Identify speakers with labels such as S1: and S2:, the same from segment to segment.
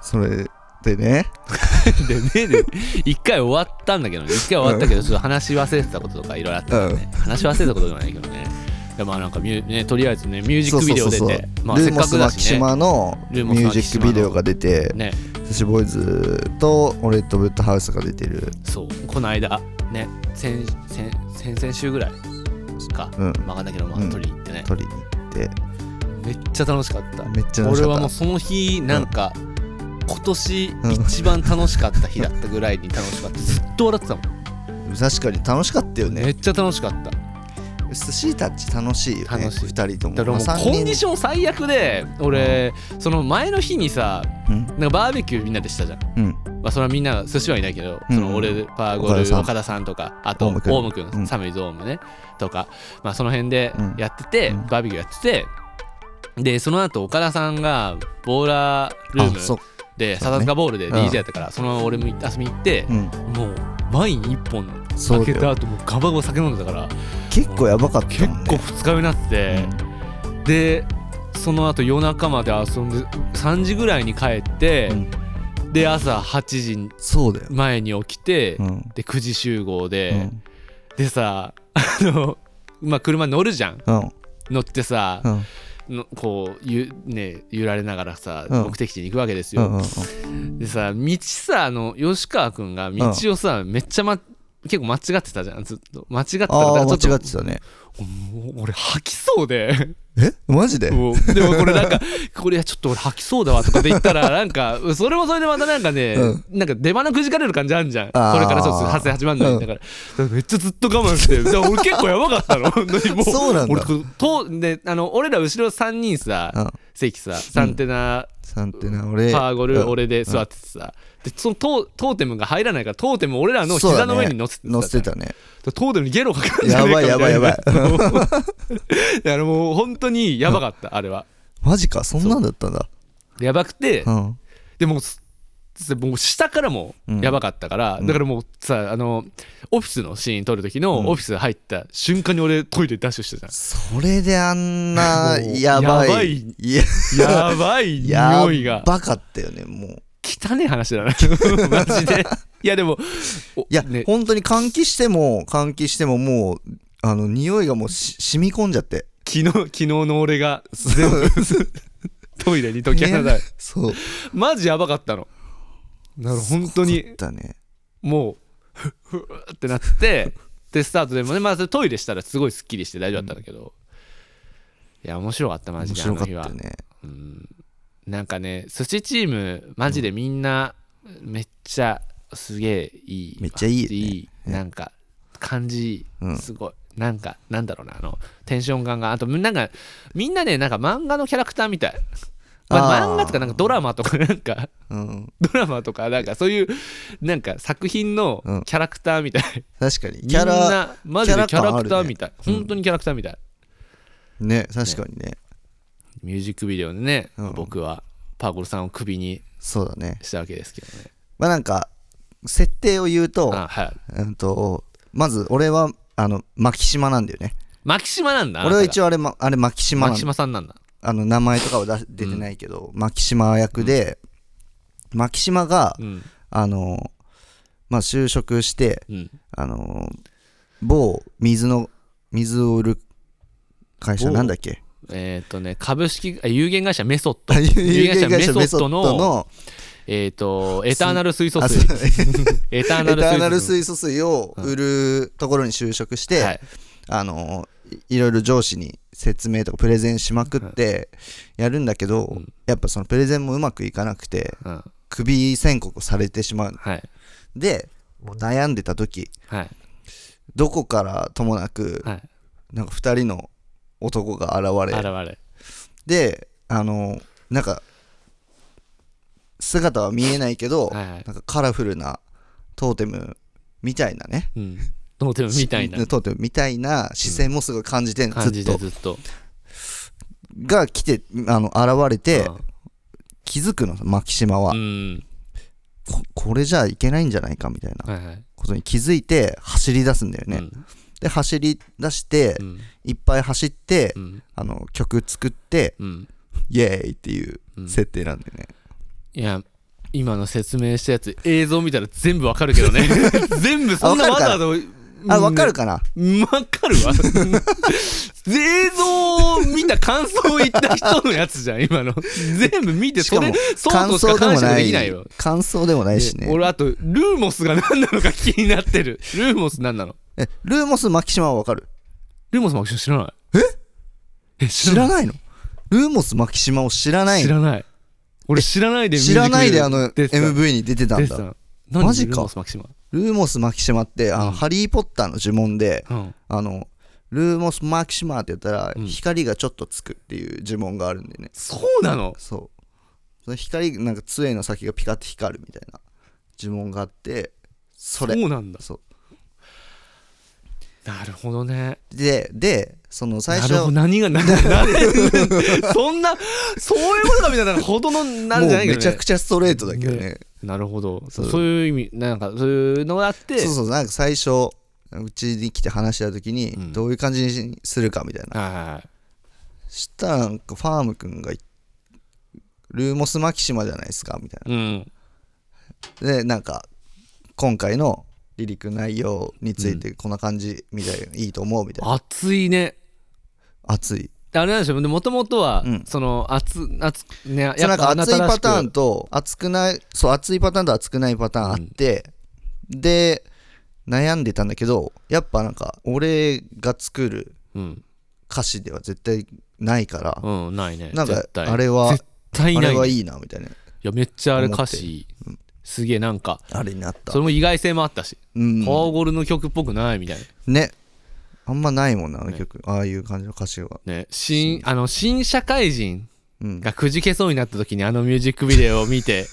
S1: それでね
S2: でねで一回終わったんだけどね一回終わったけどちょっと話し忘れてたこととかいろいろあったんで、ね話し忘れたことでもないけどねでもなんかミュ、ね、とりあえずねミュージックビデオ出
S1: そうそう
S2: て
S1: そう
S2: まあ
S1: ル
S2: せっ
S1: ーモ
S2: か
S1: ス
S2: くだ
S1: 牧
S2: しね
S1: 島のミ
S2: ルーモス
S1: ュージックビデオが出て
S2: ね
S1: 寿司ボーイズと俺とブッドハウスが出てる
S2: そうこの間ね先先先々週ぐらいか、
S1: うん
S2: わかんないけど、まあ
S1: うん
S2: 撮りに行ってね、
S1: 撮りに行って
S2: めっちゃ楽しかった
S1: めっちゃ楽しかった
S2: 俺はもうその日なんか、今年一番楽しかった日だったぐらいに楽しかったずっと笑ってたもん、
S1: 確かに楽しかったよ
S2: め
S1: ね
S2: っちゃ楽しかった
S1: 寿司タッチ楽しいよね
S2: 楽しい
S1: 2人とも
S2: だからもう
S1: まあ三
S2: コ
S1: 人
S2: ンディション最悪で俺、その前の日にさ
S1: うん
S2: なんかバーベキューみんなでしたじゃん、
S1: うん
S2: まあ、それはみんな寿司はいないけど、
S1: うん
S2: その俺パーゴル
S1: 岡田さん
S2: 岡田さんとかあと
S1: オウム君
S2: オウム君
S1: うん
S2: 寒いゾーンねとか、まあ、その辺で
S1: うん
S2: やってて、
S1: うん
S2: バーベキューやっててでその後岡田さんがボーラールー
S1: あそ
S2: ム
S1: う
S2: で、
S1: そう
S2: サ
S1: だ
S2: ザ
S1: ね
S2: ンカボールで
S1: うん
S2: DJ やったから、その俺も行って遊びに行って
S1: う、ん
S2: もうワイン1本
S1: そう
S2: 開
S1: だ
S2: け
S1: よ
S2: た後もうガバガバ酒飲んでたから
S1: 結構やばかった
S2: 結
S1: もんね
S2: 構2日目になってて。でその後夜中まで遊んで3時ぐらいに帰って
S1: う、ん
S2: で朝8時
S1: そうだよ
S2: 前に起きて、
S1: うん
S2: で9時集合で、
S1: うん
S2: でさ あのまあ車乗るじゃん
S1: うん
S2: 乗ってさ
S1: う、ん
S2: のこうゆね揺られながらさ、
S1: うん
S2: 目的地に行くわけです
S1: う
S2: よ、
S1: んうん
S2: でさ道さあの吉川君が道をさ、めっちゃ、ま、結構間違ってたじゃんずっと間違ってたから
S1: ああ
S2: ちょっと
S1: 間違ってたね
S2: もう俺吐きそうで。
S1: えマジで
S2: もうでもこれなんかこれちょっと俺吐きそうだわとかって言った らなんかそれもそれでまたなんかね、
S1: う
S2: なんか出鼻くじかれる感じあるじゃんこ
S1: あー
S2: れからちょっと発生始まるのに、
S1: うん
S2: だからだからめっちゃずっと我慢してで俺結構やばかったの本当にもう
S1: そうなんだ
S2: 俺こうとであの俺ら後ろ3人さ、
S1: うん
S2: 関さサンテナ、
S1: サンテナ俺
S2: パーゴ
S1: う
S2: ル
S1: ん
S2: 俺で座っててさ、でそのトートーテムが入らないからトーテム俺らの膝の上に乗せて
S1: そうだね乗せて
S2: た
S1: たね
S2: トーテムにゲロかかるんじゃねえかみたいな
S1: やばい やばいや
S2: だからもう本当にやばかったあれは
S1: マジかそんなんだったんだ
S2: やばくて、
S1: うん
S2: でもうすすもう下からも
S1: うん
S2: やばかったから、
S1: うん
S2: だからもうさあのオフィスのシーン撮る
S1: う
S2: 時
S1: ん
S2: のオフィス入った瞬間に俺トイレダッシュしたじ
S1: それであんな
S2: もう
S1: やばい
S2: やばい
S1: や
S2: ゃんやばい
S1: や
S2: 匂いが
S1: ばかったよねもう
S2: 汚ねえ話 だなマジでいやでもお
S1: いや、
S2: ね、
S1: 本当に換気しても換気してももうあの匂いがもうし染み込んじゃって
S2: 昨日昨日の俺が全部トイレに解 き放たれ
S1: そう
S2: マジやばかったのだから本当に
S1: だね
S2: もうふふ ってなってでスタートでもねまず、トイレしたらすごいすっきりして大丈夫だったんだけど、いや面白かったマジ
S1: 面
S2: であ
S1: 白か
S2: の
S1: っ
S2: 日は
S1: た、ね
S2: うんなんかね寿司チームマジでみんな、めっちゃすげえいい
S1: めっちゃいいよね
S2: いいなんか感じいい、
S1: うん
S2: すごいなんかなんだろうなあのテンション感があとなんかみんなねなんか漫画のキャラクターみたい、まあ
S1: あー
S2: 漫画とかなんかドラマとかなんか
S1: うん
S2: ドラマとかなんかそういうなんか作品の
S1: うん
S2: キャラクターみたい、
S1: 確かに
S2: みん
S1: キャラ
S2: なマジでキ
S1: キ
S2: ャ
S1: ャ
S2: ラ
S1: ラ
S2: ク
S1: ク
S2: タ
S1: ターあ
S2: ー
S1: るね
S2: みたい、
S1: うん
S2: 本当にキャラクターみたい、
S1: ね確かにね
S2: ミュージックビデオでね、
S1: うん
S2: 僕はパーゴルさんをクビに
S1: そうだね
S2: したわけですけどね
S1: まあなんか設定を言うと
S2: あはい
S1: うんとまず俺はあの牧島なんだよね
S2: 牧島なんだ
S1: 俺は一
S2: 応
S1: 応あれ、ま、あれ牧島な
S2: 牧
S1: の
S2: 島さんなんだ
S1: あの名前とかは出出てないけど、牧島役で、牧島が、
S2: うん
S1: あのまあ就職して
S2: うん
S1: あの某水の水を売る会社
S2: 某
S1: なんだっけ
S2: えっ、とね株式あ有限会社メソッド
S1: 有
S2: 有限
S1: 限
S2: 会
S1: 会
S2: 社
S1: 社
S2: メ
S1: メ
S2: ソ
S1: ソ
S2: ッド
S1: ッド
S2: の
S1: の
S2: えっ、とエターナル水素
S1: あ
S2: 水
S1: そう
S2: エター
S1: エタ
S2: ナル水素水
S1: ーナル水素水を売るところに就職して、
S2: はい
S1: あのいいろいろ上司に説明とかプレゼンしまくってやるんだけど、
S2: うん
S1: やっぱそのプレゼンもうまくいかなくて
S2: うん
S1: クビ宣告されてしまうの
S2: はい
S1: でもう悩んでた時
S2: はい
S1: どこからともなく
S2: はい
S1: なんか2人の男が現れ
S2: 現れ
S1: であのなんか姿は見えないけど、
S2: はいはい
S1: なんかカラフルなトーテムみたいなね
S2: うんどうでもみたいな
S1: トーテムみたいな視線もすごい感じてんの、
S2: 感
S1: ず
S2: じ
S1: っ
S2: で
S1: と
S2: ずっと
S1: が来てあの現れて、
S2: うん
S1: 気づくの牧島は、
S2: うん
S1: ここれじゃいけないんじゃないかみたいな
S2: はいはい
S1: ことに気づいて走り出すんだよね、
S2: うん
S1: で走り出して、
S2: うん
S1: いっぱい走って、
S2: うん
S1: あの曲作って
S2: うん
S1: イエーイっていう
S2: うん
S1: 設定なんだよね、
S2: いや今の説明したやつ映像見たら全部わかるけどね 全部そんなわざわざ
S1: あ、わかるかな
S2: うんわかるわ映像を見た感想を言った人のやつじゃん今の全部見て
S1: しか
S2: それ
S1: も
S2: そう
S1: 感
S2: としか
S1: 想で
S2: 感
S1: も
S2: 謝
S1: な
S2: できないよ
S1: い感想でもないし
S2: で
S1: ね
S2: 俺あとルーモスが何なのか気になってるルーモス何なの
S1: えルーモスマキシマはわかる
S2: ルーモスマキシマ知らないええ
S1: 知らないのルーモスマキシマを知らない
S2: 知らない俺知らないでミュージ
S1: 知
S2: ッ
S1: ら
S2: クビデオ
S1: ないであの
S2: 出てた
S1: MV に出てたん
S2: 出てた
S1: だ
S2: 何
S1: マジか
S2: ルーモスマキシマ
S1: ルーモスマキシマってあの、
S2: うん
S1: ハリー・ポッターの呪文で
S2: うん
S1: あのルーモスマキシマって言ったら、
S2: うん
S1: 光がちょっとつくっていう呪文があるんでね
S2: そうなの
S1: そうその光なんか杖の先がピカって光るみたいな呪文があってそれ
S2: そうなんだ
S1: そ
S2: なるほどね
S1: うででその最初
S2: なるほど何が何が そんなそういうことかみたいなほどの
S1: も
S2: なる
S1: うん
S2: じゃないけ
S1: め
S2: ど、ね、
S1: ちゃくちゃストレートだけどね
S2: なるほど
S1: そ
S2: そうういう意味なんかそういうのがあって
S1: そうそうなんか最初うちに来て話した時に、
S2: うん
S1: どういう感じにするかみたいな
S2: は
S1: したらなんかファーム君が「ルーモスマキシマじゃないですか」みたい
S2: いはいうん
S1: なでなんか今回のリリック内容についてこんな感じみたいな、いいと思うみたいな
S2: 熱いね
S1: 熱い
S2: あれなんでしょうもともとは、
S1: うん
S2: その熱熱ねやっ
S1: そうなんか
S2: ぱ
S1: 熱いパターン
S2: と
S1: と熱くないそう熱いパターンと熱くないパターンあって、で悩んでたんだけどやっぱなんか俺が作る
S2: うん、
S1: 歌詞では絶対ないから、
S2: うん、ないね
S1: なんか
S2: 絶対
S1: あれは
S2: 絶対
S1: あ
S2: な
S1: れ
S2: い,、
S1: はいいいなみたいな
S2: やめっちゃあれ歌詞、すげえなんか
S1: あれになった
S2: それも意外性もあったし、
S1: うん
S2: パワーゴルの曲っぽくないみたいな
S1: ねあんまないもんなあの曲、ああいう感じの歌詞は
S2: ね新あの新社会人
S1: うん
S2: がくじけそうになった時にあのミュージックビデオを 見て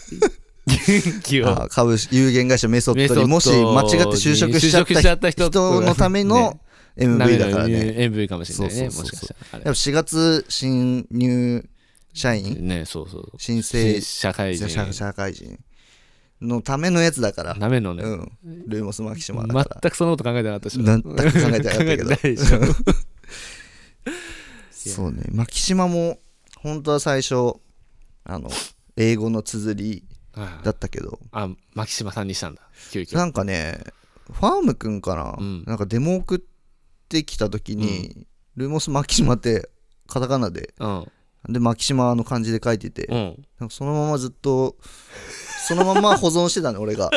S2: 元気を
S1: あ株式有限会社メソッドにも
S2: メ
S1: し
S2: ソッドに
S1: 間違って就職しちゃっ
S2: 就職しちゃった
S1: た
S2: 人
S1: 人のため の MV だからね
S2: ね MV かもしれないね
S1: そうそうそうそう
S2: もしかした
S1: や
S2: ら
S1: っぱ4月新入社
S2: あれ
S1: 員
S2: ねそうそう
S1: 新生
S2: 社会人
S1: 社社会人のためのやつだから、
S2: ダメのね、
S1: うん、ルーモス・マキシマだから
S2: 全くそのこと考えてなかったでしょ
S1: 全く考えてなかったけど
S2: 考えてないでしょ
S1: そうねマキシマも本当は最初あの英語の綴り
S2: あ
S1: だったけど
S2: あ牧島さんにしたんだ急遽
S1: なんかねファームくんかな、
S2: うん
S1: なんかデモ送ってきた時に、ルーモス・マキシマってカタカナで
S2: うん
S1: でマキシマの漢字で書いてて、
S2: うん
S1: なんかそのままずっとそのまま保存してたね俺 が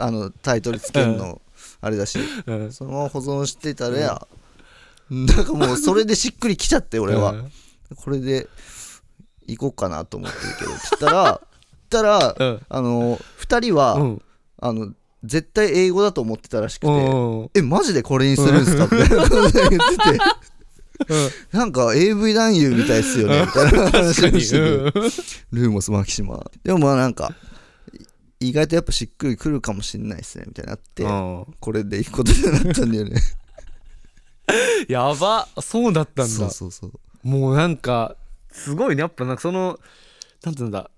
S1: あのタイトルつけるのあれだし
S2: うん
S1: そのまま保存してたらや、なんかもうそれでしっくりきちゃって俺は、これで行こうかなと思ってるけどつったらつったら、
S2: うん
S1: あの2人は、
S2: うん
S1: あの絶対英語だと思ってたらしくて、
S2: うん
S1: えマジでこれにするんすかみたいなこと言ってて、なんか AV 男優みたいっすよねみたいな話をしてて、ルーモス・マキシマでもまあなんかい意外とやっぱしっくりくるかもしんないっすねみたいになって、
S2: うん
S1: これでいくことになったんだ よね
S2: やばそうだったんだ
S1: そうそうそう
S2: もうなんかすごいねやっぱなんかそのなんていうんだ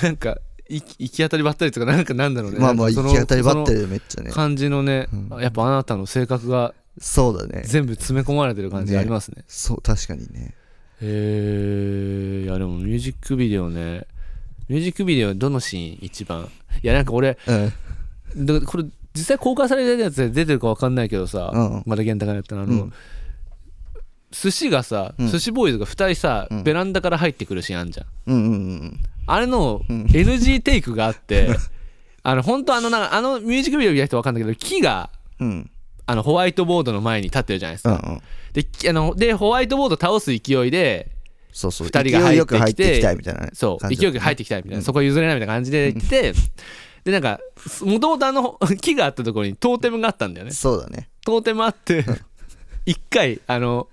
S2: なんかい行き当たりばったりとかなんかなんだろうね
S1: まあまあ
S2: なんか
S1: 行
S2: その
S1: き当たりばったり
S2: そ
S1: でめっちゃね
S2: の感じのね、
S1: うん
S2: やっぱあなたの性格が
S1: そうだね
S2: 全部詰め込まれてる感じありますね
S1: そう確かにね
S2: へえいやでもミュージックビデオねミュージックビデオどのシーン一番いやなんか俺
S1: うん
S2: だこれ実際公開されてるやつで出てるか分かんないけどさ、
S1: うん
S2: まだ現代からやったのあの、
S1: うん
S2: 寿司がさ、
S1: うん
S2: 寿司ボーイズが2人さ、
S1: うん
S2: ベランダから入ってくるシーンあんじゃん
S1: うんうんうん
S2: あれの
S1: うん
S2: NG テイクがあ って、あの、本当あの、なんか、あのミュージックビデオ見た人わかんないけど、木が、
S1: うん
S2: あの、ホワイトボードの前に立ってるじゃないです
S1: うんう
S2: か。
S1: ん
S2: で、きあの、で、ホワイトボード倒す勢いで、
S1: そうそう
S2: 二人が
S1: 勢いよく
S2: 入
S1: 入
S2: っ
S1: って
S2: きて
S1: てきたいみたいなね
S2: そう、
S1: 感じ
S2: 勢いよく入ってきたみたいな、そこは譲れないみたいな感じで行って、で、なんか、もともとあの、木があったところにトーテムがあったんだよね。
S1: そうだね
S2: トーテムあって、一回、あの、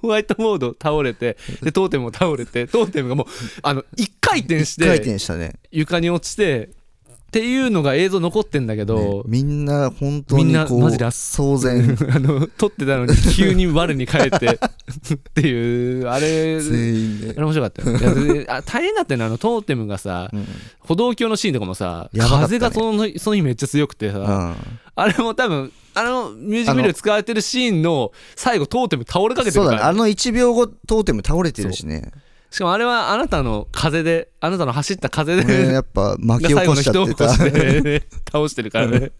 S2: ホワイトボード倒れて、で、トーテムも倒れて、トーテムがもう、あの、一回転して、
S1: 回転したね
S2: 床に落ちてっていうのが映像残ってんだけ
S1: ね
S2: ど、
S1: みんな本当
S2: みん
S1: に
S2: な
S1: こう
S2: マジであっ
S1: 騒然
S2: あの撮っ てたのに急に我に返ってっていうあれ
S1: 全員で
S2: あれ面白かったよいや であ大変だったよねあのトーテムがさ
S1: うん
S2: 歩道橋のシーンとかもさ、
S1: やばかった
S2: 風
S1: ね
S2: がそのその日めっちゃ強くてさ、
S1: うん
S2: あれも多分あのミュージックビデオで使われてるシーンの最後トーテム倒れかけて
S1: そ
S2: る
S1: う
S2: か
S1: だねあ
S2: ら、
S1: の1秒後トーテム倒れてるしね
S2: ししかもあれはあなたの風であなたの走った風
S1: 俺
S2: で
S1: やっぱ巻き起こしちゃってた
S2: が最後の人を起こしてね倒してるからね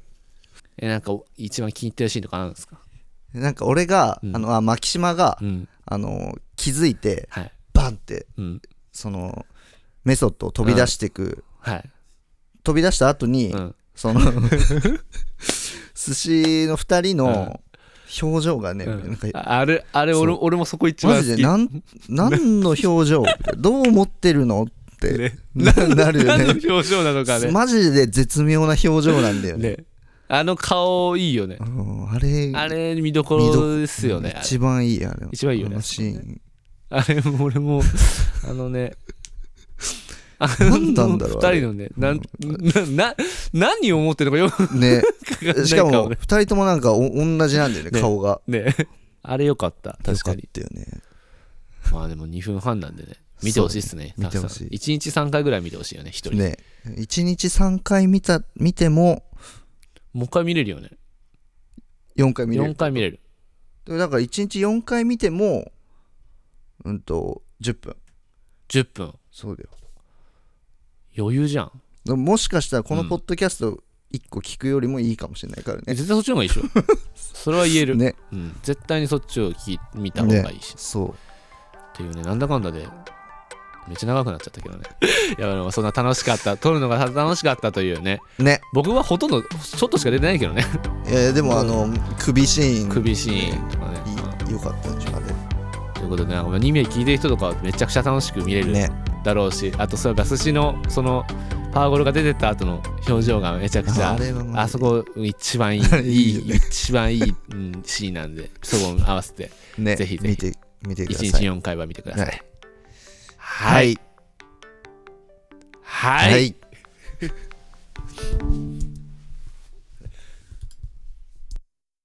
S2: えなんか一番気に入ってるシーンとかあるんですか
S1: なんか俺が、
S2: うん
S1: あのあ牧島が、
S2: うん
S1: あの気づいて
S2: はい
S1: バンって
S2: うん
S1: そのメソッドを飛び出していく、
S2: はい
S1: 飛び出した後に、
S2: うん
S1: そ の寿司の2人の表情がね、
S2: うん
S1: なんか
S2: ああれあれ俺俺もそこ一番
S1: マ
S2: 好
S1: ジ
S2: き
S1: でなん何の表情どう思ってるのって、
S2: ね
S1: ななるよ
S2: 何の
S1: ね
S2: 表情なのかね
S1: マジで絶妙な表情なんだよね
S2: ねあの顔いいよね
S1: うんあれ
S2: あれ見どころですよねあれ
S1: 一番いいあれ
S2: 一番いいよね
S1: あのシーン
S2: あれも俺 もあのねあ
S1: なんなん だろうあ
S2: 2
S1: れ
S2: 人のねなんなな何を思ってるのかよ
S1: ね
S2: く わかんない顔ね
S1: しかも2人ともなんかお同じなんだよね
S2: ね
S1: 顔が
S2: ねあれよかった
S1: よ
S2: 確
S1: か
S2: か
S1: っ
S2: に
S1: たよね
S2: まあでも2分半なんでね見てほしいっすね
S1: そう見てほしい
S2: 1日3回ぐらい見てほしいよね1人、
S1: ね1日3回見た見ても
S2: もう一回見れるよね
S1: 4回見れ
S2: 4
S1: る
S2: 回見れる
S1: だから1日4回見てもうんと10分
S2: 10分
S1: そうだよ
S2: 余裕じゃん
S1: でももしかしたらこ
S2: う
S1: の
S2: ん
S1: 1個聞きますと1個聞くよりもいいかもしれないからね
S2: 絶対そっちの方がいいで しょそれは言える、
S1: ね
S2: うん、絶対にそっちを聞い見た方がいいし、
S1: そう
S2: っていうねなんだかんだでめっちゃ長くなっちゃったけどね いやでもそんな楽しかった撮るのが楽しかったというね
S1: ね
S2: 僕はほとんどちょっとしか出てないけどね
S1: えーでもあの首シーン
S2: 首シーンとかね
S1: いいよかったでしょあれ
S2: ということで、ね、2名聞いてる人とかはめちゃくちゃ楽しく見れる
S1: ね
S2: だろうし、あとそういえば寿司のそのパーゴルが出てった後の表情がめちゃくちゃ
S1: あれはもう
S2: あそこ一番いい
S1: あれ いいよね
S2: 一番いい、うん、シーンなんでそこも合わせて
S1: ね
S2: ぜひぜひ
S1: 見て見てくだ
S2: 1
S1: さい
S2: 日4回は見てください
S1: はい
S2: はいはい、
S1: はい